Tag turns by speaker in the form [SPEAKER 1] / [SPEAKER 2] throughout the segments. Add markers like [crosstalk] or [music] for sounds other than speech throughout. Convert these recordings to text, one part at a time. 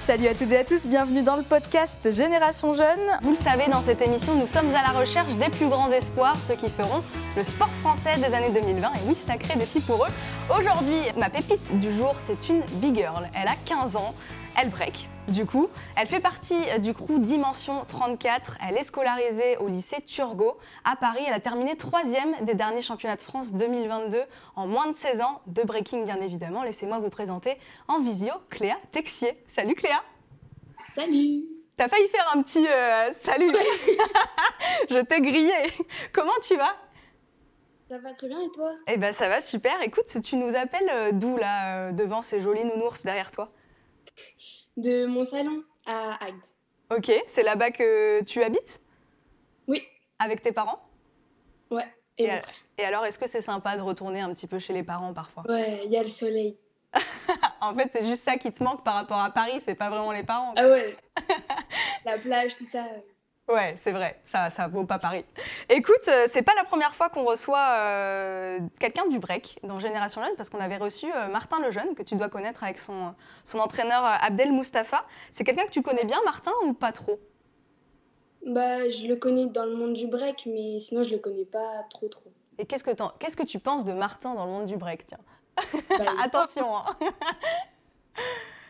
[SPEAKER 1] Salut à toutes et à tous, bienvenue dans le podcast Génération Jeune.
[SPEAKER 2] Vous le savez, dans cette émission, nous sommes à la recherche des plus grands espoirs, ceux qui feront le sport français des années 2020. Et oui, sacré défi pour eux. Aujourd'hui, ma pépite du jour, c'est une big girl. Elle a 15 ans, elle break. Du coup, elle fait partie euh, du crew Dimension 34. Elle est scolarisée au lycée Turgot à Paris. Elle a terminé troisième des derniers championnats de France 2022 en moins de 16 ans de breaking, bien évidemment. Laissez-moi vous présenter en visio Cléa Texier. Salut Cléa.
[SPEAKER 3] Salut.
[SPEAKER 2] T'as failli faire un petit euh, salut. [laughs] Je t'ai grillé. Comment tu vas
[SPEAKER 3] Ça va très bien et toi
[SPEAKER 2] Eh ben ça va super. Écoute, tu nous appelles euh, d'où là euh, devant ces jolis nounours derrière toi
[SPEAKER 3] De mon salon à Agde.
[SPEAKER 2] Ok, c'est là-bas que tu habites
[SPEAKER 3] Oui.
[SPEAKER 2] Avec tes parents
[SPEAKER 3] Ouais. Et,
[SPEAKER 2] Et
[SPEAKER 3] mon
[SPEAKER 2] à-
[SPEAKER 3] frère.
[SPEAKER 2] Et alors, est-ce que c'est sympa de retourner un petit peu chez les parents parfois
[SPEAKER 3] Ouais, il y a le soleil.
[SPEAKER 2] En fait, c'est juste ça qui te manque par rapport à Paris, c'est pas vraiment les parents.
[SPEAKER 3] Ah ouais. La plage, tout ça.
[SPEAKER 2] Ouais, c'est vrai, ça, ça vaut pas Paris. Écoute, euh, c'est pas la première fois qu'on reçoit euh, quelqu'un du break dans Génération Jeune, parce qu'on avait reçu euh, Martin Lejeune, que tu dois connaître avec son, son entraîneur euh, Abdel Mustapha. C'est quelqu'un que tu connais bien, Martin, ou pas trop
[SPEAKER 3] Bah, je le connais dans le monde du break, mais sinon je le connais pas trop trop.
[SPEAKER 2] Et qu'est-ce que, t'en- qu'est-ce que tu penses de Martin dans le monde du break tiens
[SPEAKER 3] Bah, il-
[SPEAKER 2] Attention hein.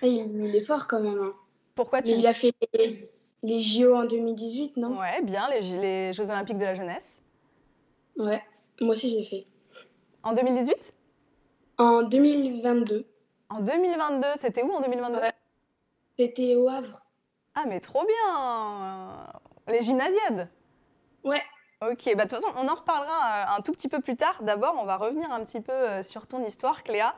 [SPEAKER 3] il, il est fort quand même. hein.
[SPEAKER 2] Pourquoi Ah, tu
[SPEAKER 3] Mais il a fait les, les JO en 2018, non
[SPEAKER 2] Ouais, bien, les, les Jeux Olympiques de la Jeunesse.
[SPEAKER 3] ouais. Moi aussi j'ai fait.
[SPEAKER 2] En 2018
[SPEAKER 3] En 2022,
[SPEAKER 2] En 2022, c'était où en 2022
[SPEAKER 3] Ouais. c'était au Havre.
[SPEAKER 2] Ah, mais trop bien Les gymnasiades
[SPEAKER 3] Ouais.
[SPEAKER 2] Ok, bah de toute façon, on en reparlera euh, un tout petit peu plus tard. D'abord, on va revenir un petit peu euh, sur ton histoire, Cléa.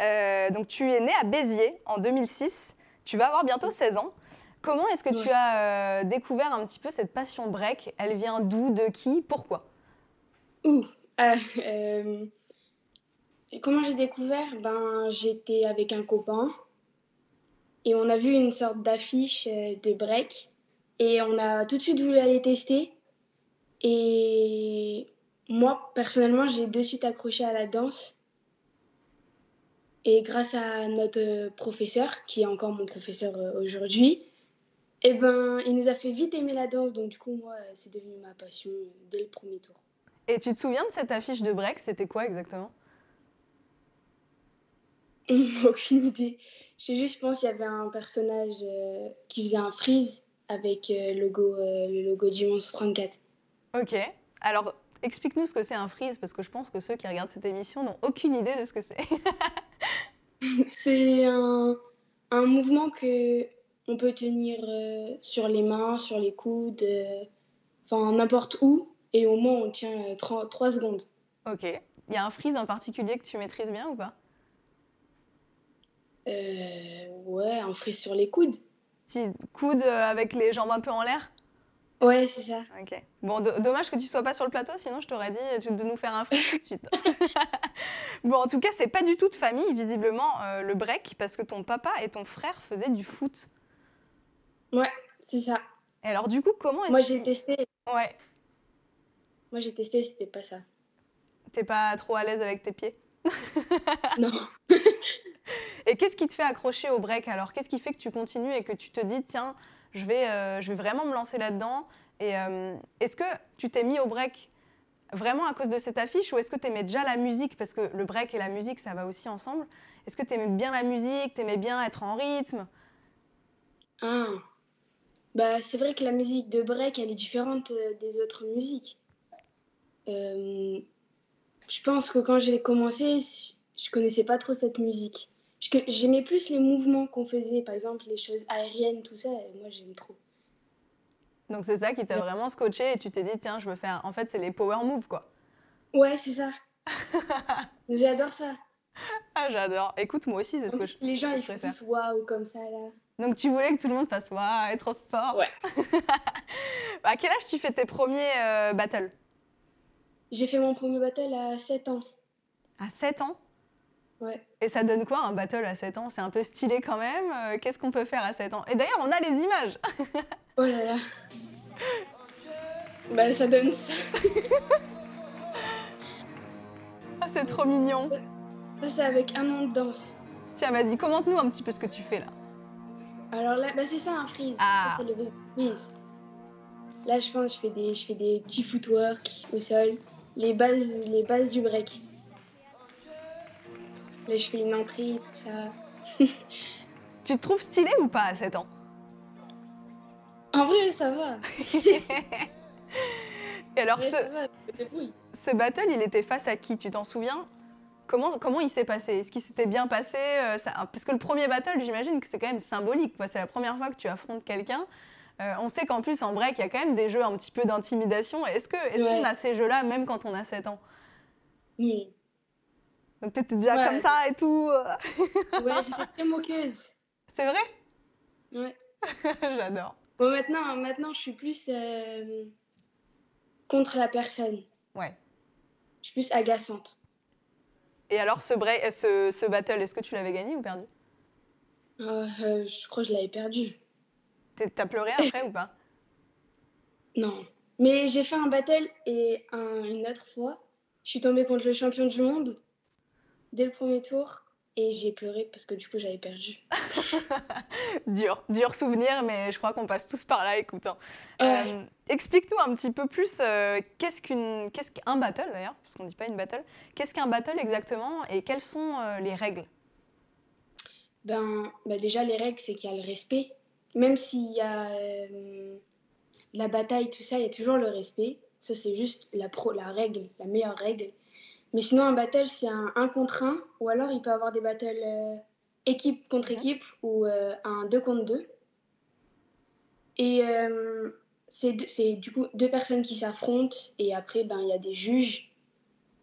[SPEAKER 2] Euh, donc, tu es née à Béziers en 2006. Tu vas avoir bientôt 16 ans. Comment est-ce que tu
[SPEAKER 3] Ouais.
[SPEAKER 2] as euh, découvert un petit peu cette passion break Elle vient d'où, de qui, pourquoi
[SPEAKER 3] Ouh. euh, euh, comment j'ai découvert Ben, j'étais avec un copain et on a vu une sorte d'affiche euh, de break et on a tout de suite voulu aller tester. Et moi, personnellement, j'ai de suite accroché à la danse. Et grâce à notre euh, professeur, qui est encore mon professeur euh, aujourd'hui, eh ben, il nous a fait vite aimer la danse. Donc du coup, moi, euh, c'est devenu ma passion euh, dès le premier tour.
[SPEAKER 2] Et tu te souviens de cette affiche de break C'était quoi exactement
[SPEAKER 3] [laughs] Aucune idée. Je sais juste, je pense qu'il y avait un personnage euh, qui faisait un freeze avec euh, logo, euh, le logo du monstre 34.
[SPEAKER 2] Ok. Alors, explique-nous ce que c'est un freeze, parce que je pense que ceux qui regardent cette émission n'ont aucune idée de ce que c'est.
[SPEAKER 3] [laughs] C'est un, un mouvement que on peut tenir euh, sur les mains, sur les coudes, euh, enfin n'importe où, et au moins on tient 3, secondes.
[SPEAKER 2] Ok. Il y a un freeze en particulier que tu maîtrises bien ou pas
[SPEAKER 3] Euh, ouais, un freeze sur les coudes.
[SPEAKER 2] Petit coude euh, avec les jambes un peu en l'air
[SPEAKER 3] Ouais, c'est ça.
[SPEAKER 2] Ok. Bon, do- dommage que tu sois pas sur le plateau, sinon je t'aurais dit euh, tu- de nous faire un freeze tout de suite. bon, en tout cas, c'est pas du tout de famille, visiblement, euh, le break, parce que ton papa et ton frère faisaient du foot.
[SPEAKER 3] C'est ça.
[SPEAKER 2] Et alors, du coup, comment est-ce
[SPEAKER 3] Moi
[SPEAKER 2] que-
[SPEAKER 3] j'ai testé,
[SPEAKER 2] Ouais.
[SPEAKER 3] moi j'ai testé, c'était pas ça.
[SPEAKER 2] T'es pas trop à l'aise avec tes pieds
[SPEAKER 3] Non.
[SPEAKER 2] Et qu'est-ce qui te fait accrocher au break alors Qu'est-ce qui fait que tu continues et que tu te dis tiens, je vais, euh, je vais vraiment me lancer là-dedans Et euh, est-ce que tu t'es mis au break vraiment à cause de cette affiche ou est-ce que tu aimais déjà la musique Parce que le break et la musique, ça va aussi ensemble. Est-ce que tu aimais bien la musique Tu aimais bien être en rythme
[SPEAKER 3] Ah. Bah, c'est vrai que la musique de break, elle est différente euh, des autres musiques. Euh, je pense que quand j'ai commencé, je connaissais pas trop cette musique. Je que- J'aimais plus les mouvements qu'on faisait, par exemple les choses aériennes, tout ça, euh, moi j'aime trop.
[SPEAKER 2] Donc c'est ça qui t'a
[SPEAKER 3] Ouais.
[SPEAKER 2] vraiment scotché et tu t'es dit tiens, je veux faire. En fait, c'est les power moves quoi.
[SPEAKER 3] Ouais, c'est
[SPEAKER 2] [laughs]
[SPEAKER 3] ça. J'adore ça.
[SPEAKER 2] Ah, j'adore. Écoute, moi aussi, c'est ce que je. c'est
[SPEAKER 3] Les
[SPEAKER 2] ce
[SPEAKER 3] gens,
[SPEAKER 2] que
[SPEAKER 3] ils
[SPEAKER 2] je
[SPEAKER 3] font
[SPEAKER 2] préfère.
[SPEAKER 3] tous waouh comme ça là.
[SPEAKER 2] Donc tu voulais que tout le monde fasse waouh, elle est trop fort. [laughs] Bah,
[SPEAKER 3] Ouais.
[SPEAKER 2] à quel âge tu fais tes premiers euh, battles
[SPEAKER 3] J'ai fait mon premier battle à 7 ans.
[SPEAKER 2] À 7 ans
[SPEAKER 3] Ouais.
[SPEAKER 2] Et ça donne quoi un battle à 7 ans C'est un peu stylé quand même. euh, Qu'est-ce qu'on peut faire à 7 ans Et d'ailleurs, on a les images. [laughs]
[SPEAKER 3] Oh là là. Bah, ça donne ça.
[SPEAKER 2] Ah, c'est trop mignon.
[SPEAKER 3] Ça, c'est avec un an de danse.
[SPEAKER 2] Tiens, vas-y, commente-nous un petit peu ce que tu fais là.
[SPEAKER 3] Alors là, bah c'est ça un freeze.
[SPEAKER 2] Ah.
[SPEAKER 3] Ça, C'est le baby freeze. Là, je pense, je fais des, je fais des petits footwork au sol, les bases, les bases du break. Là, je fais une entrée, tout ça.
[SPEAKER 2] Tu te trouves stylé ou pas à 7 ans
[SPEAKER 3] En vrai, ça va.
[SPEAKER 2] Et alors,
[SPEAKER 3] Ouais,
[SPEAKER 2] ce,
[SPEAKER 3] ça va, je me débrouille.
[SPEAKER 2] ce battle, il était face à qui Tu t'en souviens Comment, comment il s'est passé Est-ce qu'il s'était bien passé euh, ça- Parce que le premier battle, j'imagine que c'est quand même symbolique. quoi. C'est la première fois que tu affrontes quelqu'un. Euh, on sait qu'en plus, en break, il y a quand même des jeux un petit peu d'intimidation. Est-ce que- est-ce qu'on
[SPEAKER 3] Ouais.
[SPEAKER 2] a ces jeux-là même quand on a 7 ans
[SPEAKER 3] Mais-
[SPEAKER 2] Donc t'étais déjà
[SPEAKER 3] Ouais.
[SPEAKER 2] comme ça et tout.
[SPEAKER 3] Ouais, j'étais très moqueuse.
[SPEAKER 2] C'est vrai [laughs]
[SPEAKER 3] Ouais.
[SPEAKER 2] J'adore.
[SPEAKER 3] Bon, maintenant, maintenant, je suis plus euh, contre la personne.
[SPEAKER 2] Ouais.
[SPEAKER 3] Je suis plus agaçante.
[SPEAKER 2] Et alors, ce, break- euh, ce, ce battle, est-ce que tu l'avais gagné ou perdu
[SPEAKER 3] Euh, euh, je crois que je l'avais perdu.
[SPEAKER 2] T'es- T'as pleuré après [laughs] ou pas
[SPEAKER 3] Non. Mais j'ai fait un battle et un- une autre fois, je suis tombée contre le champion du monde dès le premier tour et j'ai pleuré parce que du coup j'avais perdu.
[SPEAKER 2] Dur, dur souvenir, mais je crois qu'on passe tous par là, écoute. hein.
[SPEAKER 3] Ouais.
[SPEAKER 2] Euh, Explique-nous un petit peu plus euh, qu'est-ce qu'une- qu'est-ce qu'un battle d'ailleurs, parce qu'on ne dit pas une battle. Qu'est-ce qu'un battle exactement et quelles sont euh, les règles
[SPEAKER 3] Ben, ben déjà, les règles, c'est qu'il y a le respect. Même s'il y a euh, la bataille, tout ça, il y a toujours le respect. Ça, c'est juste la, pro, la règle, la meilleure règle. Mais sinon, un battle, c'est un 1 contre 1. Ou alors, il peut y avoir des battles euh, équipe contre
[SPEAKER 2] Mhm.
[SPEAKER 3] équipe ou euh, un 2 contre 2. Et euh, c'est deux- c'est du coup deux personnes qui s'affrontent. Et après, ben, il y a des juges.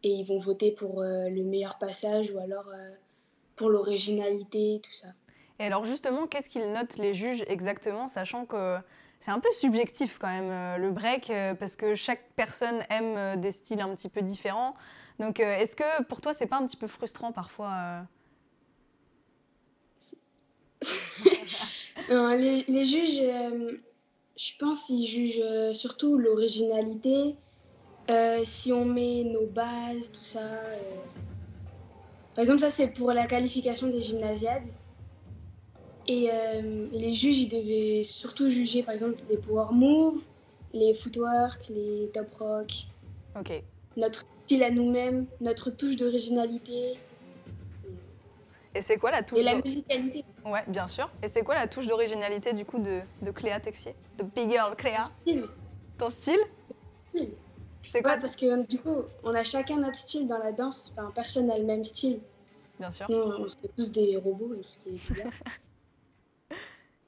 [SPEAKER 3] Et ils vont voter pour euh, le meilleur passage ou alors euh, pour l'originalité, tout ça.
[SPEAKER 2] Et alors justement, qu'est-ce qu'ils notent les juges exactement, sachant que c'est un peu subjectif quand même euh, le break, euh, parce que chaque personne aime euh, des styles un petit peu différents. Donc euh, est-ce que pour toi, c'est pas un petit peu frustrant parfois euh
[SPEAKER 3] Non, les, les juges, euh, je pense qu'ils jugent euh, surtout l'originalité. euh, si on met nos bases, tout ça. euh. Par exemple, ça c'est pour la qualification des gymnasiades. Et euh, les juges, ils devaient surtout juger, par exemple, les power moves, les footwork, les top rock,
[SPEAKER 2] Ok.
[SPEAKER 3] notre style à nous-mêmes, notre touche d'originalité
[SPEAKER 2] Et c'est quoi la touche
[SPEAKER 3] et la
[SPEAKER 2] d'o-
[SPEAKER 3] musicalité.
[SPEAKER 2] Ouais, bien sûr. Et c'est quoi la touche d'originalité du coup de, de Cléa Texier De Big Girl Cléa
[SPEAKER 3] Style.
[SPEAKER 2] Ton style
[SPEAKER 3] Style.
[SPEAKER 2] C'est quoi
[SPEAKER 3] Ouais, parce que du coup, on a chacun notre style dans la danse. Enfin, personne n'a le même style.
[SPEAKER 2] Bien sûr.
[SPEAKER 3] Sinon, on serait tous des robots, ce qui est bizarre.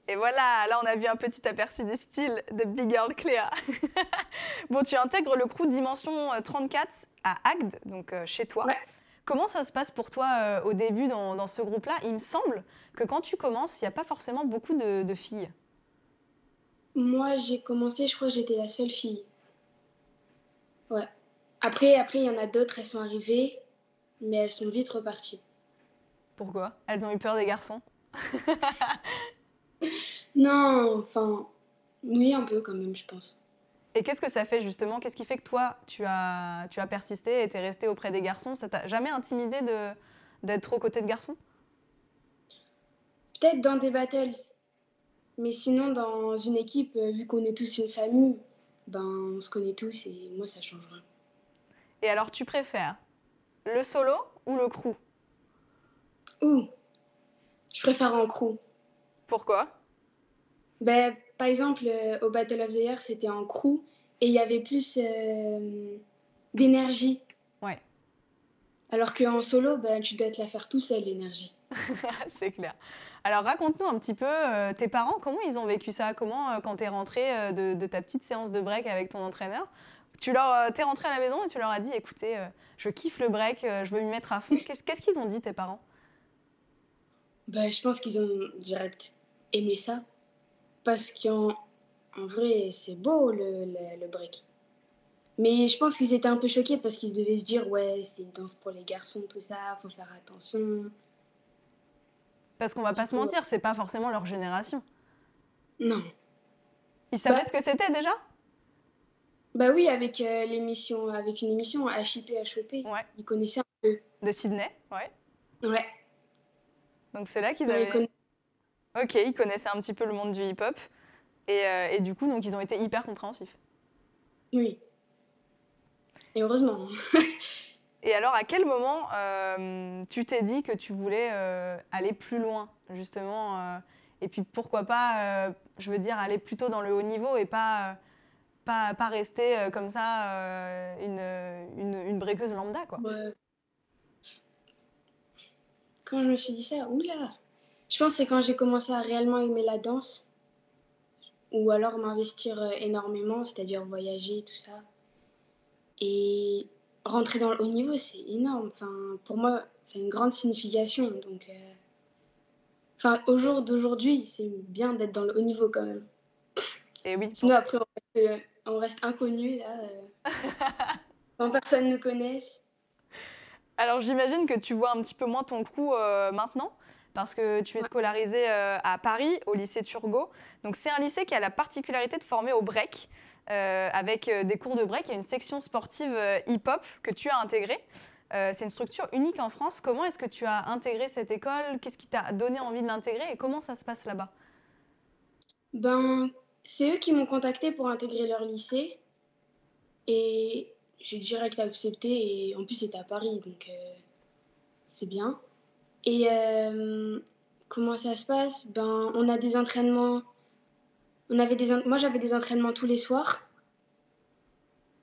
[SPEAKER 2] Et voilà, là on a vu un petit aperçu du style de Big Girl Cléa. [laughs] bon, tu intègres le crew Dimension euh, 34 à Agde, donc euh, chez toi.
[SPEAKER 3] Ouais.
[SPEAKER 2] Comment ça se passe pour toi euh, au début dans, dans ce groupe-là Il me semble que quand tu commences, il n'y a pas forcément beaucoup de, de filles.
[SPEAKER 3] Moi, j'ai commencé, je crois que j'étais la seule fille. Ouais. Après, après, il y en a d'autres, elles sont arrivées, mais elles sont vite reparties.
[SPEAKER 2] Pourquoi Elles ont eu peur des garçons.
[SPEAKER 3] Non, enfin, oui, un peu quand même, je pense.
[SPEAKER 2] Et qu'est-ce que ça fait justement Qu'est-ce qui fait que toi, tu as, tu as persisté et t'es resté auprès des garçons Ça t'a jamais intimidé de d'être aux côtés de garçons
[SPEAKER 3] Peut-être dans des battles, mais sinon, dans une équipe, euh, vu qu'on est tous une famille, ben, on se connaît tous et moi, ça change rien.
[SPEAKER 2] Et alors, tu préfères le solo ou le crew
[SPEAKER 3] Ouh, je préfère en crew.
[SPEAKER 2] Pourquoi
[SPEAKER 3] Ben, par exemple, euh, au Battle of the Year, c'était en crew et il y avait plus euh, d'énergie.
[SPEAKER 2] Ouais.
[SPEAKER 3] Alors qu'en solo, ben, tu dois te la faire tout seul, l'énergie.
[SPEAKER 2] [laughs] C'est clair. Alors, raconte-nous un petit peu, euh, tes parents, comment ils ont vécu ça Comment, euh, quand t'es rentrée euh, de, de ta petite séance de break avec ton entraîneur, tu leur, euh, t'es rentrée à la maison et tu leur as dit, écoutez, euh, je kiffe le break, euh, je veux m'y mettre à fond. Qu'est-ce qu'est-ce qu'ils ont dit, tes parents
[SPEAKER 3] Ben, je pense qu'ils ont direct aimé ça. Parce qu'en en vrai, c'est beau le, le- le break. Mais je pense qu'ils étaient un peu choqués parce qu'ils devaient se dire Ouais, c'est une danse pour les garçons, tout ça, faut faire attention.
[SPEAKER 2] Parce qu'on va pas se mentir, c'est pas forcément leur génération.
[SPEAKER 3] Non.
[SPEAKER 2] Ils savaient
[SPEAKER 3] Bah-
[SPEAKER 2] ce que c'était déjà
[SPEAKER 3] Bah oui, avec euh, l'émission, avec une émission HIP, HOP,
[SPEAKER 2] Ouais.
[SPEAKER 3] ils connaissaient un
[SPEAKER 2] De Sydney, ouais.
[SPEAKER 3] peu. Ouais.
[SPEAKER 2] Donc c'est là qu'ils
[SPEAKER 3] Ouais,
[SPEAKER 2] avaient.
[SPEAKER 3] ils conna-
[SPEAKER 2] Ok, ils connaissaient un petit peu le monde du hip-hop. Et, euh, et du coup, donc, ils ont été hyper compréhensifs.
[SPEAKER 3] Oui. Et heureusement. hein.
[SPEAKER 2] Et alors, à quel moment euh, tu t'es dit que tu voulais euh, aller plus loin, justement euh, Et puis, pourquoi pas, euh, je veux dire, aller plutôt dans le haut niveau et pas, euh, pas, pas rester euh, comme ça euh, une, une, une breakeuse lambda, quoi.
[SPEAKER 3] Ouais. Quand je me suis dit ça, oula Je pense que c'est quand j'ai commencé à réellement aimer la danse. Ou alors m'investir euh, énormément, c'est-à-dire voyager, tout ça. Et rentrer dans le haut niveau, c'est énorme. Enfin, pour moi, c'est une grande signification. Donc, euh, enfin, au jour d'aujourd'hui, c'est bien d'être dans le haut niveau quand même.
[SPEAKER 2] Et oui,
[SPEAKER 3] Sinon, après, on reste, euh, on reste inconnu, là. euh, quand personne ne connaisse.
[SPEAKER 2] Alors j'imagine que tu vois un petit peu moins ton crew euh, maintenant parce que tu es
[SPEAKER 3] Ouais.
[SPEAKER 2] scolarisée euh, à Paris au lycée Turgot. Donc c'est un lycée qui a la particularité de former au break euh, avec euh, des cours de break et une section sportive euh, hip-hop que tu as intégrée. Euh, c'est une structure unique en France. Comment est-ce que tu as intégré cette école Qu'est-ce qui t'a donné envie de l'intégrer et comment ça se passe là-bas
[SPEAKER 3] Ben, c'est eux qui m'ont contacté pour intégrer leur lycée. Et j'ai direct accepté. Et en plus, c'était à Paris, donc euh, c'est bien. Et euh, comment ça se passe Ben, on a des entraînements. On avait des en- Moi, j'avais des entraînements tous les soirs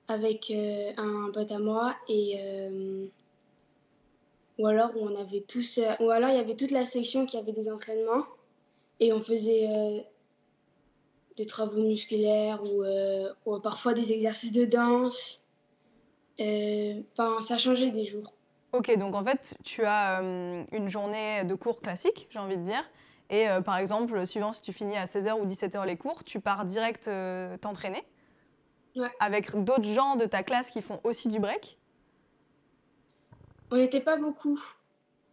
[SPEAKER 3] avec euh, un pote à moi et euh, ou alors on avait tous euh, ou alors il y avait toute la section qui avait des entraînements et on faisait euh, des travaux musculaires ou, euh, ou parfois des exercices de danse. Euh, Enfin, ça changeait des jours.
[SPEAKER 2] Ok, donc en fait, tu as euh, une journée de cours classique, j'ai envie de dire. Et euh, par exemple, suivant si tu finis à 16h ou 17h les cours, tu pars direct euh, t'entraîner
[SPEAKER 3] Ouais.
[SPEAKER 2] avec d'autres gens de ta classe qui font aussi du break,
[SPEAKER 3] On n'était pas beaucoup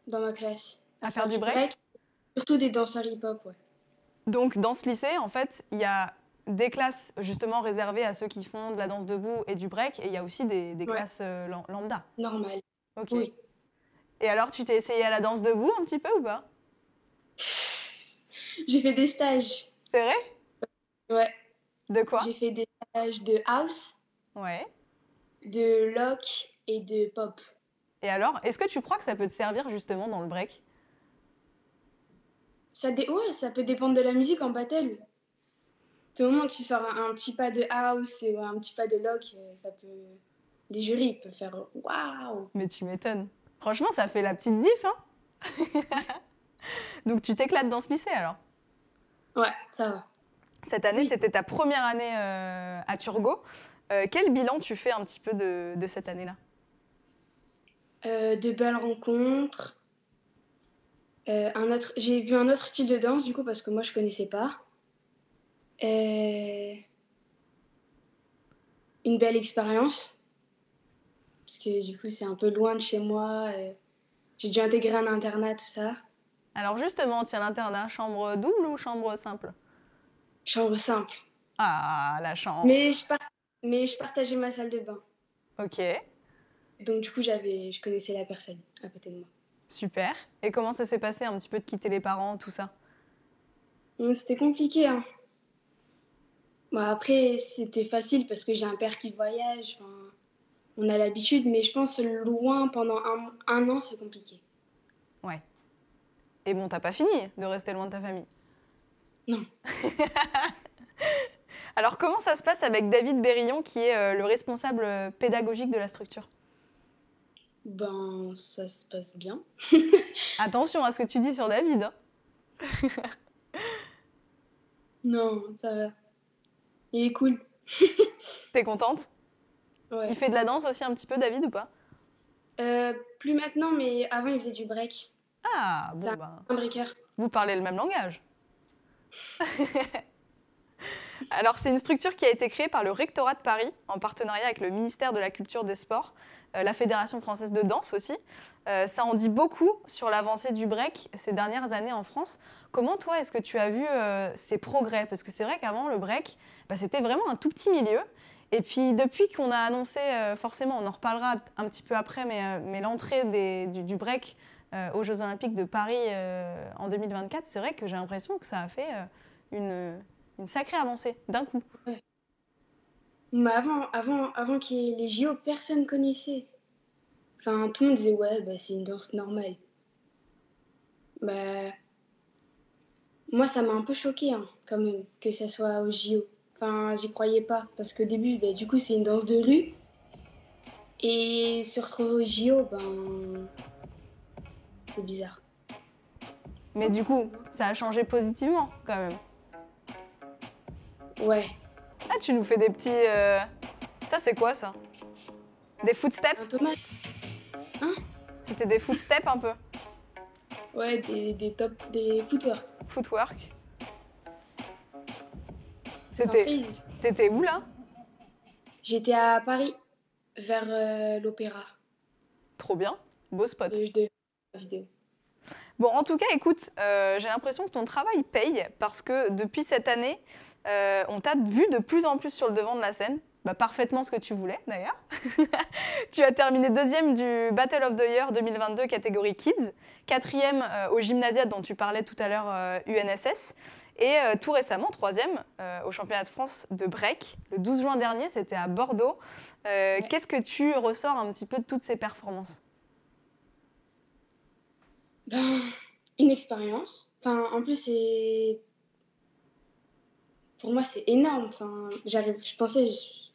[SPEAKER 3] dans ma classe.
[SPEAKER 2] à, faire du break.
[SPEAKER 3] Surtout des danseurs hip-hop, ouais.
[SPEAKER 2] Donc dans ce lycée, en fait, il y a des classes justement réservées à ceux qui font de la danse debout et du break, et il y a aussi des, des
[SPEAKER 3] Ouais.
[SPEAKER 2] classes euh, lam- lambda.
[SPEAKER 3] Normal.
[SPEAKER 2] Ok.
[SPEAKER 3] Oui.
[SPEAKER 2] Et alors, tu t'es essayé à la danse debout un petit peu ou pas
[SPEAKER 3] J'ai fait des stages.
[SPEAKER 2] C'est vrai
[SPEAKER 3] Ouais.
[SPEAKER 2] De quoi
[SPEAKER 3] J'ai fait des stages de house,
[SPEAKER 2] Ouais.
[SPEAKER 3] de lock et de pop.
[SPEAKER 2] Et alors, est-ce que tu crois que ça peut te servir justement dans le break
[SPEAKER 3] Ça, dé- ouais, ça peut dépendre de la musique en battle. Tout le moment, tu sors un, un petit pas de house ou un petit pas de lock, euh, ça peut. Les jurys peuvent faire waouh!
[SPEAKER 2] Mais tu m'étonnes. Franchement, ça fait la petite diff, hein [laughs] Donc tu t'éclates dans ce lycée alors
[SPEAKER 3] Ouais, ça va.
[SPEAKER 2] Cette année,
[SPEAKER 3] Oui.
[SPEAKER 2] c'était ta première année euh, à Turgot. Euh, quel bilan tu fais un petit peu de, de cette année-là
[SPEAKER 3] Euh, de belles rencontres. Euh, un autre, j'ai vu un autre style de danse du coup parce que moi je connaissais pas. Euh, une belle expérience parce que du coup c'est un peu loin de chez moi. euh, j'ai dû intégrer un internat tout ça.
[SPEAKER 2] Alors justement, tiens, l'internat, chambre double ou chambre simple
[SPEAKER 3] Chambre simple.
[SPEAKER 2] Ah, la chambre.
[SPEAKER 3] Mais je par- mais je partageais ma salle de bain.
[SPEAKER 2] Ok,
[SPEAKER 3] Donc du coup j'avais, je connaissais la personne à côté de moi.
[SPEAKER 2] super. Et comment ça s'est passé un petit peu de quitter les parents, tout ça
[SPEAKER 3] Mm, C'était compliqué. Hein. Bon, après, c'était facile parce que j'ai un père qui voyage. enfin, on a l'habitude, mais je pense loin pendant un, un an, c'est compliqué.
[SPEAKER 2] Et bon, t'as pas fini de rester loin de ta famille.
[SPEAKER 3] Non.
[SPEAKER 2] [laughs] Alors, comment ça se passe avec David Bérillon, qui est euh, le responsable euh, pédagogique de la structure
[SPEAKER 3] Ben, ça se passe bien.
[SPEAKER 2] Attention à ce que tu dis sur David. hein.
[SPEAKER 3] Non, ça va. Il est cool.
[SPEAKER 2] T'es contente
[SPEAKER 3] Ouais.
[SPEAKER 2] Il fait de la danse aussi un petit peu, David, ou pas
[SPEAKER 3] Euh, plus maintenant, mais avant, il faisait du break.
[SPEAKER 2] Ah, bon,
[SPEAKER 3] Ça.
[SPEAKER 2] ben,
[SPEAKER 3] Un breaker.
[SPEAKER 2] vous parlez le même langage. Alors, c'est une structure qui a été créée par le Rectorat de Paris, en partenariat avec le ministère de la Culture des Sports, euh, la Fédération française de danse aussi. Euh, ça en dit beaucoup sur l'avancée du break ces dernières années en France. Comment, toi, est-ce que tu as vu euh, ces progrès Parce que c'est vrai qu'avant, le break, bah, c'était vraiment un tout petit milieu. Et puis, depuis qu'on a annoncé, euh, forcément, on en reparlera un petit peu après, mais, euh, mais l'entrée des- du, du break euh, euh, aux Jeux Olympiques de Paris euh, en 2024, c'est vrai que j'ai l'impression que ça a fait euh, une, une sacrée avancée d'un coup.
[SPEAKER 3] Mais avant, avant, avant qu'il y ait les JO, personne connaissait. Enfin, tout le monde disait ouais, bah, c'est une danse normale. Bah, moi, ça m'a un peu choqué hein, quand même que ça soit aux JO. Enfin, j'y croyais pas parce qu'au début, bah, du coup, c'est une danse de rue et se retrouver aux JO, ben, c'est bizarre.
[SPEAKER 2] Mais du coup, ça a changé positivement quand même.
[SPEAKER 3] Ouais,
[SPEAKER 2] Ah, tu nous fais des petits. euh, Ça, c'est quoi ça Des footsteps
[SPEAKER 3] un tomate.
[SPEAKER 2] C'était des footsteps un peu
[SPEAKER 3] Ouais, des, des top, des footwork.
[SPEAKER 2] Footwork
[SPEAKER 3] sans
[SPEAKER 2] C'était.
[SPEAKER 3] prise.
[SPEAKER 2] T'étais où là
[SPEAKER 3] J'étais à Paris, vers euh, l'opéra.
[SPEAKER 2] Trop bien, beau spot.
[SPEAKER 3] Le jeu de la vidéo.
[SPEAKER 2] Bon, en tout cas, écoute, euh, j'ai l'impression que ton travail paye parce que depuis cette année, euh, on t'a vu de plus en plus sur le devant de la scène. Bah, parfaitement ce que tu voulais d'ailleurs. [laughs] tu as terminé deuxième du Battle of the Year 2022 catégorie Kids, quatrième euh, au Gymnasia dont tu parlais tout à l'heure euh, UNSS, et euh, tout récemment troisième euh, au championnat de France de break. Le 12 juin dernier, c'était à Bordeaux. Euh, Qu'est-ce que tu ressors un petit peu de toutes ces performances
[SPEAKER 3] Ben, [gasps] une expérience. Enfin, en plus, c'est. Pour moi, c'est énorme. Enfin, j'arrive... Je pensais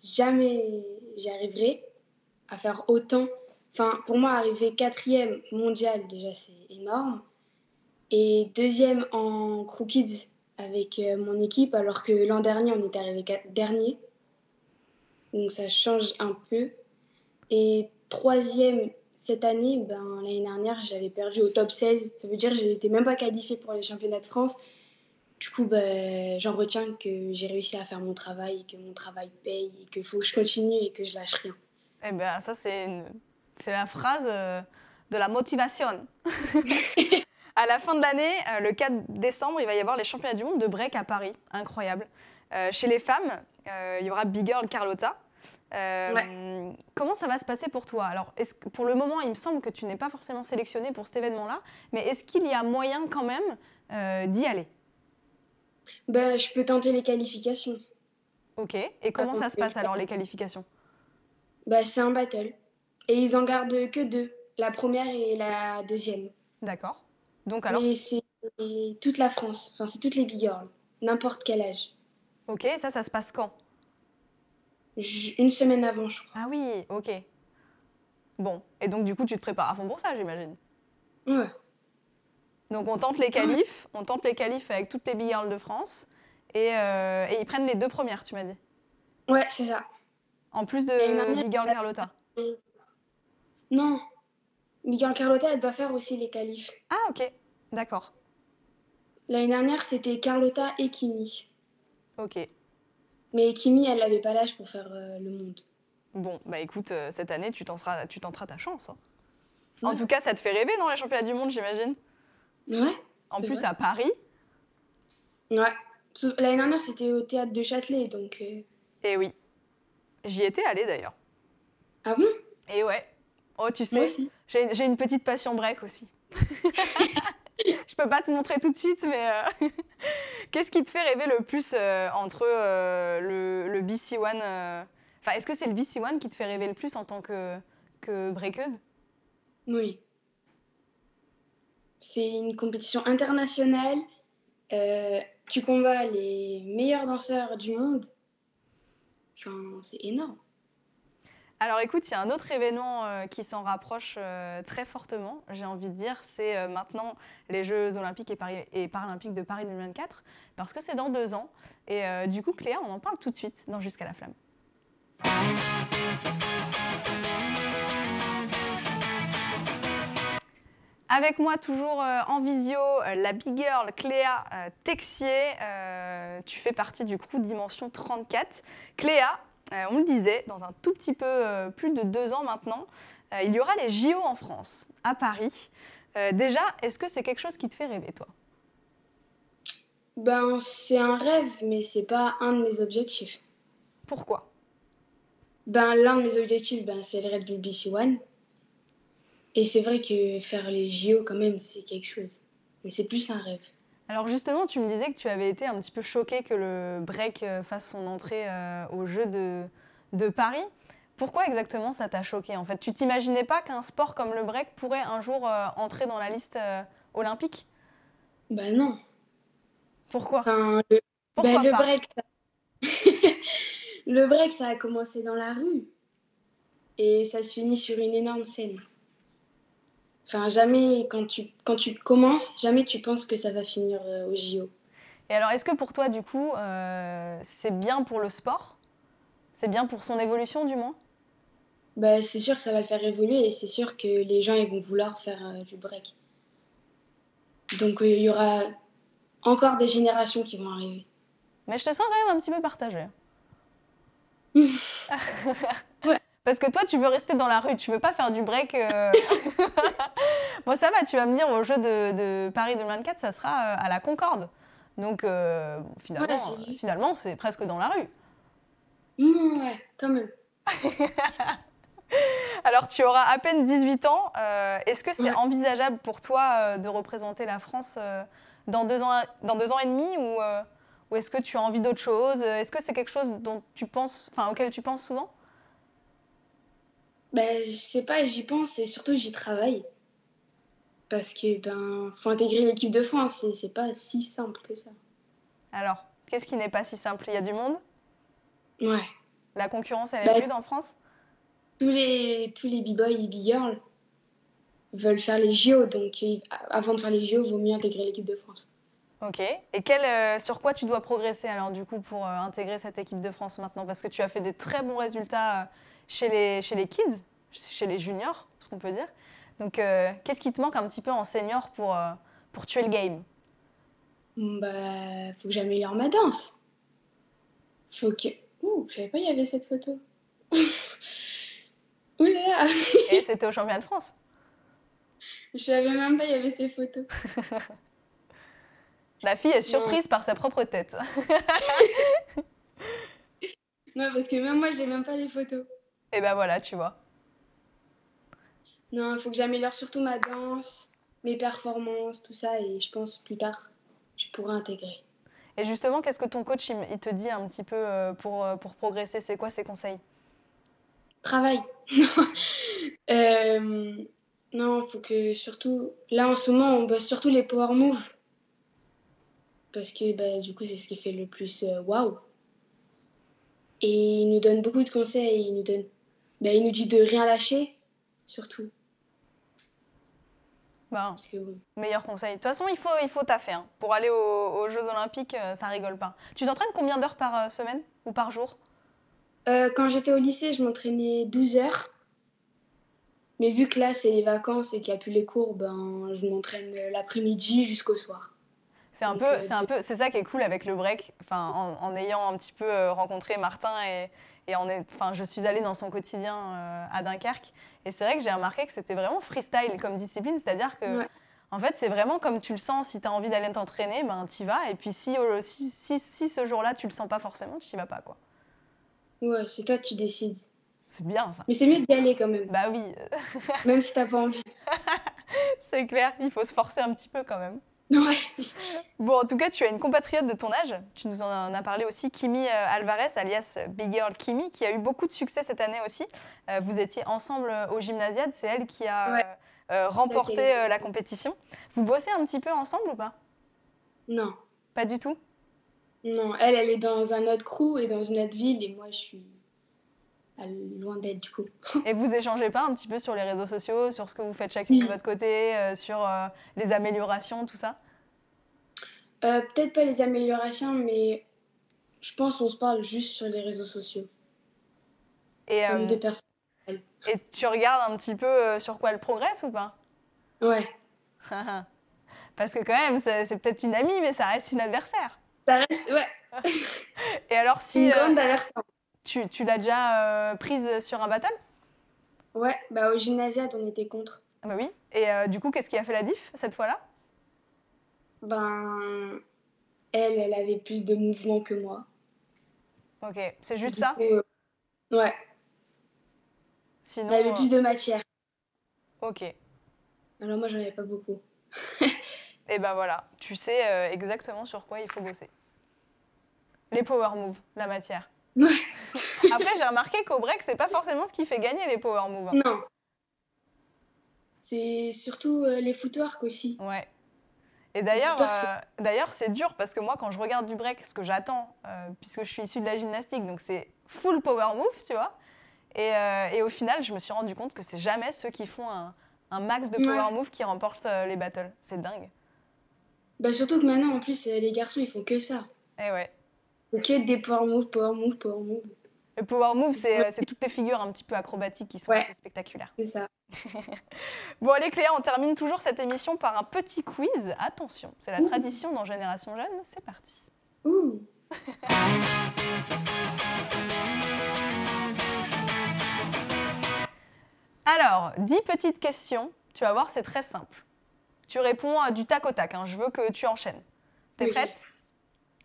[SPEAKER 3] jamais j'y arriverais à faire autant. Enfin, pour moi, arriver quatrième mondial, déjà, c'est énorme. Et deuxième en Crew Kids avec euh, mon équipe, alors que l'an dernier, on était arrivé qua- dernier. Donc, ça change un peu. Et troisième cette année, ben, l'année dernière, j'avais perdu au top 16. Ça veut dire que je n'étais même pas qualifiée pour les championnats de France. Du coup, ben, j'en retiens que j'ai réussi à faire mon travail, et que mon travail paye, et qu'il faut que je continue et que je lâche rien.
[SPEAKER 2] Eh bien, ça, c'est une- c'est la phrase euh, de la motivation. à la fin de l'année, euh, le 4 décembre, il va y avoir les championnats du monde de break à Paris. Incroyable. Euh, chez les femmes, euh, il y aura Big Girl Carlotta. Euh, Comment ça va se passer pour toi Alors, est-ce que- pour le moment, il me semble que tu n'es pas forcément sélectionnée pour cet événement-là, mais est-ce qu'il y a moyen quand même euh, d'y aller
[SPEAKER 3] Ben, je peux tenter les qualifications.
[SPEAKER 2] Ok. Et comment ça se passe alors les qualifications
[SPEAKER 3] Ben, c'est un battle. Et ils en gardent que deux, la première et la deuxième.
[SPEAKER 2] D'accord. Donc alors,
[SPEAKER 3] Mais c'est toute la France, enfin, c'est toutes les big girls, n'importe quel âge.
[SPEAKER 2] ok, ça, ça se passe quand
[SPEAKER 3] J- Une semaine avant, je crois.
[SPEAKER 2] Ah oui, ok. Bon, et donc du coup, tu te prépares à fond pour ça, j'imagine.
[SPEAKER 3] Ouais.
[SPEAKER 2] Donc on tente les qualifs, on tente les qualifs avec toutes les big girls de France, et, euh, et ils prennent les deux premières, tu m'as dit.
[SPEAKER 3] Ouais, c'est ça.
[SPEAKER 2] En plus
[SPEAKER 3] Et il y en a
[SPEAKER 2] de big girl
[SPEAKER 3] qui-
[SPEAKER 2] Carlotta.
[SPEAKER 3] Non. Miguel Carlotta, elle doit faire aussi les qualifs.
[SPEAKER 2] Ah ok, d'accord,
[SPEAKER 3] L'année dernière, c'était Carlotta et Kimi.
[SPEAKER 2] ok.
[SPEAKER 3] Mais Kimi, elle n'avait pas l'âge pour faire euh, le monde.
[SPEAKER 2] Bon, bah écoute, euh, cette année, tu tenteras, tu tenteras ta chance. hein. En
[SPEAKER 3] Ouais.
[SPEAKER 2] tout cas, ça te fait rêver dans les championnats du monde, j'imagine.
[SPEAKER 3] Ouais
[SPEAKER 2] En
[SPEAKER 3] C'est
[SPEAKER 2] plus,
[SPEAKER 3] vrai.
[SPEAKER 2] à Paris.
[SPEAKER 3] Ouais. Sauf- L'année dernière, c'était au théâtre de Châtelet, donc. euh,
[SPEAKER 2] Eh oui, j'y étais allée d'ailleurs.
[SPEAKER 3] Ah bon
[SPEAKER 2] Et ouais. Oh, tu
[SPEAKER 3] Moi
[SPEAKER 2] sais,
[SPEAKER 3] aussi.
[SPEAKER 2] J'ai j'ai une petite passion break aussi. Je peux pas te montrer tout de suite, mais euh, [laughs] qu'est-ce qui te fait rêver le plus euh, entre euh, le, le BC One euh, Enfin, est-ce que c'est le BC One qui te fait rêver le plus en tant que, que breakeuse
[SPEAKER 3] Oui. C'est une compétition internationale. Euh, tu combats les meilleurs danseurs du monde. Enfin, c'est énorme.
[SPEAKER 2] Alors écoute, il y a un autre événement euh, qui s'en rapproche euh, très fortement, j'ai envie de dire, c'est euh, maintenant les Jeux olympiques et, Pari- et paralympiques de Paris 2024, parce que c'est dans deux ans. Et euh, du coup, Cléa, on en parle tout de suite dans Jusqu'à la flamme. Avec moi, toujours euh, en visio, euh, la big girl Cléa euh, Texier. Euh, tu fais partie du crew Dimension 34. Cléa, euh, on le disait, dans un tout petit peu euh, plus de deux ans maintenant, euh, il y aura les JO en France, à Paris. Euh, déjà, est-ce que c'est quelque chose qui te fait rêver, toi
[SPEAKER 3] Ben, c'est un rêve, mais c'est pas un de mes objectifs.
[SPEAKER 2] Pourquoi
[SPEAKER 3] Ben, l'un de mes objectifs, ben, c'est le Red Bull BC One. Et c'est vrai que faire les JO, quand même, c'est quelque chose. Mais c'est plus un rêve.
[SPEAKER 2] Alors justement, tu me disais que tu avais été un petit peu choquée que le break euh, fasse son entrée euh, aux Jeux de, de Paris. Pourquoi exactement ça t'a choquée en fait Tu t'imaginais pas qu'un sport comme le break pourrait un jour euh, entrer dans la liste euh, olympique
[SPEAKER 3] Bah non.
[SPEAKER 2] Pourquoi
[SPEAKER 3] Enfin, le,
[SPEAKER 2] Pourquoi
[SPEAKER 3] bah, le
[SPEAKER 2] pas
[SPEAKER 3] break, ça... [laughs] le break, ça a commencé dans la rue. Et ça se finit sur une énorme scène. Enfin, jamais, quand tu, quand tu commences, jamais tu penses que ça va finir euh, au JO.
[SPEAKER 2] Et alors est-ce que pour toi du coup euh, c'est bien pour le sport C'est bien pour son évolution du moins
[SPEAKER 3] Bah, c'est sûr que ça va le faire évoluer et c'est sûr que les gens ils vont vouloir faire euh, du break. Donc euh, il y aura encore des générations qui vont arriver.
[SPEAKER 2] Mais je te sens quand même un petit peu
[SPEAKER 3] [laughs]
[SPEAKER 2] partagée. Parce que toi, tu veux rester dans la rue, tu veux pas faire du break.
[SPEAKER 3] [laughs]
[SPEAKER 2] euh. bon, ça va, tu vas me dire, au jeu de, de Paris 2024, ça sera euh, à la Concorde. Donc, euh, finalement,
[SPEAKER 3] Ouais, j'ai vu.
[SPEAKER 2] finalement c'est presque dans la rue.
[SPEAKER 3] Mmh, ouais, quand même.
[SPEAKER 2] Alors, tu auras à peine 18 ans. euh, Est-ce que c'est
[SPEAKER 3] Ouais.
[SPEAKER 2] envisageable pour toi euh, de représenter la France euh, dans, deux ans, dans deux ans et demi Ou, euh, ou est-ce que tu as envie d'autre chose euh, Est-ce que c'est quelque chose dont tu penses, enfin, auquel tu penses souvent
[SPEAKER 3] Ben, je sais pas, j'y pense et surtout j'y travaille. Parce que ben faut intégrer l'équipe de France et c'est pas si simple que ça.
[SPEAKER 2] Alors, qu'est-ce qui n'est pas si simple Il y a du monde
[SPEAKER 3] Ouais.
[SPEAKER 2] La concurrence, elle
[SPEAKER 3] Bah,
[SPEAKER 2] est rude en France
[SPEAKER 3] Tous les tous les b-boys et b-girls veulent faire les JO donc euh, avant de faire les JO, vaut mieux intégrer l'équipe de France.
[SPEAKER 2] Ok. Et quel, euh, sur quoi tu dois progresser alors du coup pour euh, intégrer cette équipe de France maintenant Parce que tu as fait des très bons résultats euh, chez les, chez les kids, chez les juniors, ce qu'on peut dire. Donc euh, qu'est-ce qui te manque un petit peu en senior pour, euh, pour tuer le game
[SPEAKER 3] Bah, faut que j'améliore ma danse. Faut que. Ouh, je savais pas il y avait cette photo. [laughs] Ouh là là,
[SPEAKER 2] Et c'était au championnat de France.
[SPEAKER 3] je savais même pas il y avait ces photos.
[SPEAKER 2] La fille est surprise par sa propre tête. [laughs]
[SPEAKER 3] Non, parce que même moi, j'ai même pas les photos.
[SPEAKER 2] Et ben voilà, tu vois.
[SPEAKER 3] Non, faut que j'améliore surtout ma danse, mes performances, tout ça, et je pense plus tard, je pourrai intégrer.
[SPEAKER 2] Et justement, qu'est-ce que ton coach il, il te dit un petit peu euh, pour, euh, pour progresser C'est quoi ses conseils
[SPEAKER 3] Travail. [laughs] Non. Euh, non, faut que surtout. Là, en ce moment, on bosse surtout les power moves. Parce que bah, du coup, c'est ce qui fait le plus euh, waouh. Et il nous donne beaucoup de conseils. Il nous, donne... bah, il nous dit de rien lâcher, surtout.
[SPEAKER 2] Ben,
[SPEAKER 3] Parce que bon.
[SPEAKER 2] Meilleur conseil. De toute façon, il faut, il faut taffer. hein. Pour aller aux, aux Jeux Olympiques, euh, ça rigole pas. Tu t'entraînes combien d'heures par euh, semaine ou par jour
[SPEAKER 3] Euh, quand j'étais au lycée, je m'entraînais 12 heures. Mais vu que là, c'est les vacances et qu'il n'y a plus les cours, ben, je m'entraîne euh, l'après-midi jusqu'au soir.
[SPEAKER 2] C'est un
[SPEAKER 3] Donc,
[SPEAKER 2] peu,
[SPEAKER 3] euh,
[SPEAKER 2] c'est un peu, c'est ça qui est cool avec le break. Enfin, en, en ayant un petit peu euh, rencontré Martin et, et en, est- enfin, je suis allée dans son quotidien euh, à Dunkerque. Et c'est vrai que j'ai remarqué que c'était vraiment freestyle comme discipline, c'est-à-dire que
[SPEAKER 3] Ouais.
[SPEAKER 2] En fait, c'est vraiment comme tu le sens. Si tu as envie d'aller t'entraîner, ben t'y vas. Et puis si, euh, si, si, si ce jour-là tu le sens pas forcément, tu t'y vas pas quoi.
[SPEAKER 3] Ouais, c'est toi qui décides.
[SPEAKER 2] C'est bien ça.
[SPEAKER 3] Mais c'est mieux d'y aller quand même,
[SPEAKER 2] Bah oui,
[SPEAKER 3] même si t'as pas envie. [laughs]
[SPEAKER 2] c'est clair. Il faut se forcer un petit peu quand même.
[SPEAKER 3] Ouais.
[SPEAKER 2] Bon, en tout cas, tu as une compatriote de ton âge. Tu nous en as parlé aussi, Kimi euh, Alvarez, alias euh, Big Girl Kimi, qui a eu beaucoup de succès cette année aussi. Euh, vous étiez ensemble euh, au Gymnasiade. C'est elle qui a
[SPEAKER 3] Ouais.
[SPEAKER 2] euh, euh, remporté
[SPEAKER 3] Elle qui a
[SPEAKER 2] euh, la compétition. Vous bossez un petit peu ensemble ou pas
[SPEAKER 3] Non,
[SPEAKER 2] Pas du
[SPEAKER 3] [laughs]
[SPEAKER 2] tout.
[SPEAKER 3] non. Elle, elle est dans un autre crew et dans une autre ville, et moi, je suis à- loin d'elle du coup.
[SPEAKER 2] Et vous échangez pas un petit peu sur les réseaux sociaux, sur ce que vous faites chacune de
[SPEAKER 3] Oui.
[SPEAKER 2] votre côté, euh, sur euh, les améliorations, tout ça
[SPEAKER 3] Euh, Peut-être pas les améliorations, mais je pense qu'on se parle juste sur les réseaux sociaux,
[SPEAKER 2] et,
[SPEAKER 3] comme
[SPEAKER 2] euh,
[SPEAKER 3] deux personnes.
[SPEAKER 2] et tu regardes un petit peu euh, sur quoi elle progresse ou pas
[SPEAKER 3] Ouais.
[SPEAKER 2] [laughs] Parce que quand même, c'est c'est peut-être une amie, mais ça reste une adversaire.
[SPEAKER 3] Ça reste, ouais,
[SPEAKER 2] Et alors
[SPEAKER 3] c'est
[SPEAKER 2] si...
[SPEAKER 3] une
[SPEAKER 2] euh,
[SPEAKER 3] grande adversaire.
[SPEAKER 2] Tu, tu l'as déjà euh, prise sur un battle
[SPEAKER 3] Ouais, bah au gymnasiade, on était contre.
[SPEAKER 2] Ah bah oui. Et euh, du coup, qu'est-ce qui a fait la diff cette fois-là
[SPEAKER 3] Ben, elle, elle avait plus de mouvement que moi.
[SPEAKER 2] Ok, c'est juste ça
[SPEAKER 3] Du coup, euh, Ouais,
[SPEAKER 2] Sinon,
[SPEAKER 3] elle avait
[SPEAKER 2] euh,
[SPEAKER 3] plus de matière.
[SPEAKER 2] Ok.
[SPEAKER 3] Alors moi, j'en avais pas beaucoup.
[SPEAKER 2] Et ben voilà, tu sais euh, exactement sur quoi il faut bosser. Les power moves, la matière.
[SPEAKER 3] Ouais.
[SPEAKER 2] [laughs] Après, j'ai remarqué qu'au break, c'est pas forcément ce qui fait gagner les power moves. hein.
[SPEAKER 3] Non. C'est surtout euh, les footwork aussi.
[SPEAKER 2] Ouais. Et d'ailleurs,
[SPEAKER 3] Tout à fait.
[SPEAKER 2] euh, d'ailleurs, c'est dur parce que moi, quand je regarde du break, ce que j'attends, euh, puisque je suis issue de la gymnastique, donc c'est full power move, tu vois. Et, euh, et au final, je me suis rendu compte que c'est jamais ceux qui font un, un max de power
[SPEAKER 3] Ouais.
[SPEAKER 2] move qui remportent euh, les battles. C'est dingue.
[SPEAKER 3] Bah, surtout que maintenant, en plus, euh, les garçons, ils font que ça.
[SPEAKER 2] Et ouais.
[SPEAKER 3] C'est que des power moves, power moves, power moves.
[SPEAKER 2] Le power move, c'est euh, c'est toutes les figures un petit peu acrobatiques qui sont
[SPEAKER 3] Ouais.
[SPEAKER 2] assez spectaculaires.
[SPEAKER 3] C'est ça.
[SPEAKER 2] Bon, allez, Cléa, on termine toujours cette émission par un petit quiz. Attention, c'est la
[SPEAKER 3] Ouh.
[SPEAKER 2] tradition dans Génération Jeune. C'est parti.
[SPEAKER 3] Ouh
[SPEAKER 2] Alors, 10 petites questions. Tu vas voir, c'est très simple. Tu réponds euh, du tac au tac. hein. Je veux que tu enchaînes. T'es
[SPEAKER 3] Oui.
[SPEAKER 2] prête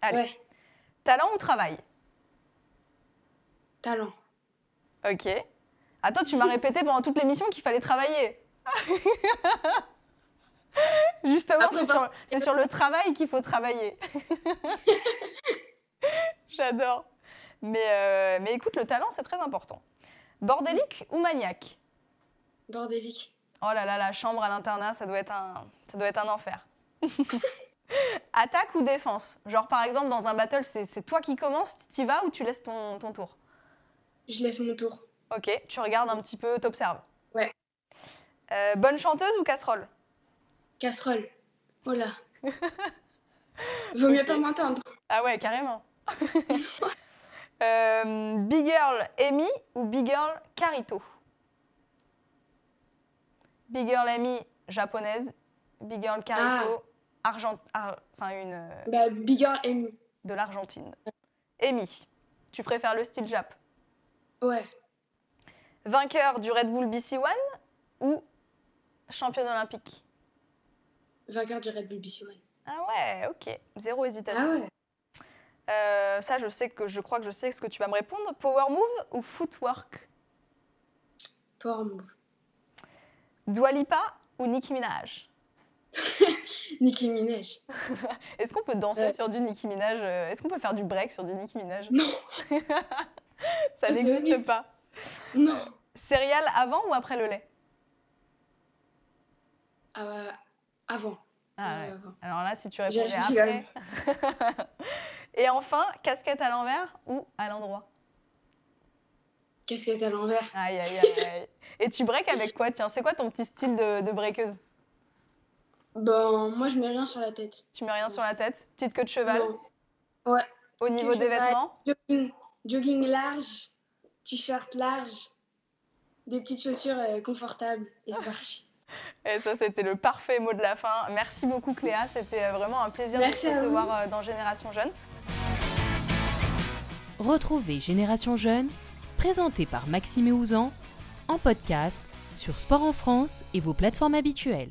[SPEAKER 2] Allez.
[SPEAKER 3] Ouais.
[SPEAKER 2] Talent ou travail
[SPEAKER 3] Talent.
[SPEAKER 2] Ok. Attends, tu
[SPEAKER 3] [laughs]
[SPEAKER 2] m'as répété pendant toute l'émission qu'il fallait travailler. [laughs] Justement,
[SPEAKER 3] Après,
[SPEAKER 2] c'est
[SPEAKER 3] par-
[SPEAKER 2] sur, c'est sur le travail qu'il faut travailler. [laughs] J'adore. Mais, euh, mais écoute, le talent, c'est très important. Bordélique ou maniaque
[SPEAKER 3] Bordélique.
[SPEAKER 2] Oh là là, la chambre à l'internat, ça doit être un, ça doit être un enfer. Attaque ou défense Genre par exemple dans un battle, c'est c'est toi qui commences, t'y vas ou tu laisses ton, ton tour
[SPEAKER 3] Je laisse mon tour.
[SPEAKER 2] Ok, tu regardes un petit peu, t'observes.
[SPEAKER 3] Ouais.
[SPEAKER 2] Euh, bonne chanteuse ou casserole
[SPEAKER 3] Casserole.
[SPEAKER 2] [laughs]
[SPEAKER 3] Oh là. Vaut mieux
[SPEAKER 2] Ok.
[SPEAKER 3] pas m'entendre.
[SPEAKER 2] Ah ouais, carrément. Euh, big girl Amy ou big girl Carito Big girl Amy japonaise, big girl Carito argent, ar- enfin une euh,
[SPEAKER 3] Bah, Big Girl Amy.
[SPEAKER 2] de l'Argentine. Amy, tu préfères le style Jap
[SPEAKER 3] Ouais.
[SPEAKER 2] Vainqueur du Red Bull BC One ou championne olympique
[SPEAKER 3] Vainqueur du Red Bull BC One.
[SPEAKER 2] Ah ouais, ok, zéro hésitation.
[SPEAKER 3] Ah ouais.
[SPEAKER 2] Euh, ça, je sais que je crois que je sais ce que tu vas me répondre. Power move ou footwork
[SPEAKER 3] Power move.
[SPEAKER 2] Dua Lipa ou Nicki Minaj
[SPEAKER 3] Nicki Minaj.
[SPEAKER 2] Est-ce qu'on peut danser
[SPEAKER 3] Ouais.
[SPEAKER 2] sur du Nicki Minaj euh, Est-ce qu'on peut faire du break sur du Nicki Minaj [laughs]
[SPEAKER 3] Non.
[SPEAKER 2] Ça
[SPEAKER 3] C'est
[SPEAKER 2] n'existe
[SPEAKER 3] horrible.
[SPEAKER 2] pas.
[SPEAKER 3] Non.
[SPEAKER 2] Céréales avant ou après le lait
[SPEAKER 3] Euh, avant.
[SPEAKER 2] Ah ouais.
[SPEAKER 3] Euh, avant.
[SPEAKER 2] Alors là, si tu
[SPEAKER 3] J'ai
[SPEAKER 2] répondais
[SPEAKER 3] réfléchi
[SPEAKER 2] après. [laughs] Et enfin, casquette à l'envers ou à l'endroit
[SPEAKER 3] Casquette à l'envers.
[SPEAKER 2] Aïe, aïe, aïe,
[SPEAKER 3] [laughs]
[SPEAKER 2] aïe. Et tu breaks avec quoi Tiens, c'est quoi ton petit style de, de breakeuse
[SPEAKER 3] Bon, moi je mets rien sur la tête.
[SPEAKER 2] Tu mets rien sur la tête Petite queue de cheval
[SPEAKER 3] Non.
[SPEAKER 2] Au niveau des
[SPEAKER 3] cheval.
[SPEAKER 2] vêtements
[SPEAKER 3] Jogging, jogging large, t-shirt large, des petites chaussures euh, confortables et c'est parti.
[SPEAKER 2] Et ça, c'était le parfait mot de la fin. Merci beaucoup, Cléa. C'était euh, vraiment un plaisir
[SPEAKER 3] Merci
[SPEAKER 2] de
[SPEAKER 3] à
[SPEAKER 2] te
[SPEAKER 3] vous.
[SPEAKER 2] recevoir euh, dans Génération Jeune.
[SPEAKER 4] Retrouvez Génération Jeune, présenté par Maxime et Ouzan, en podcast sur Sport en France et vos plateformes habituelles.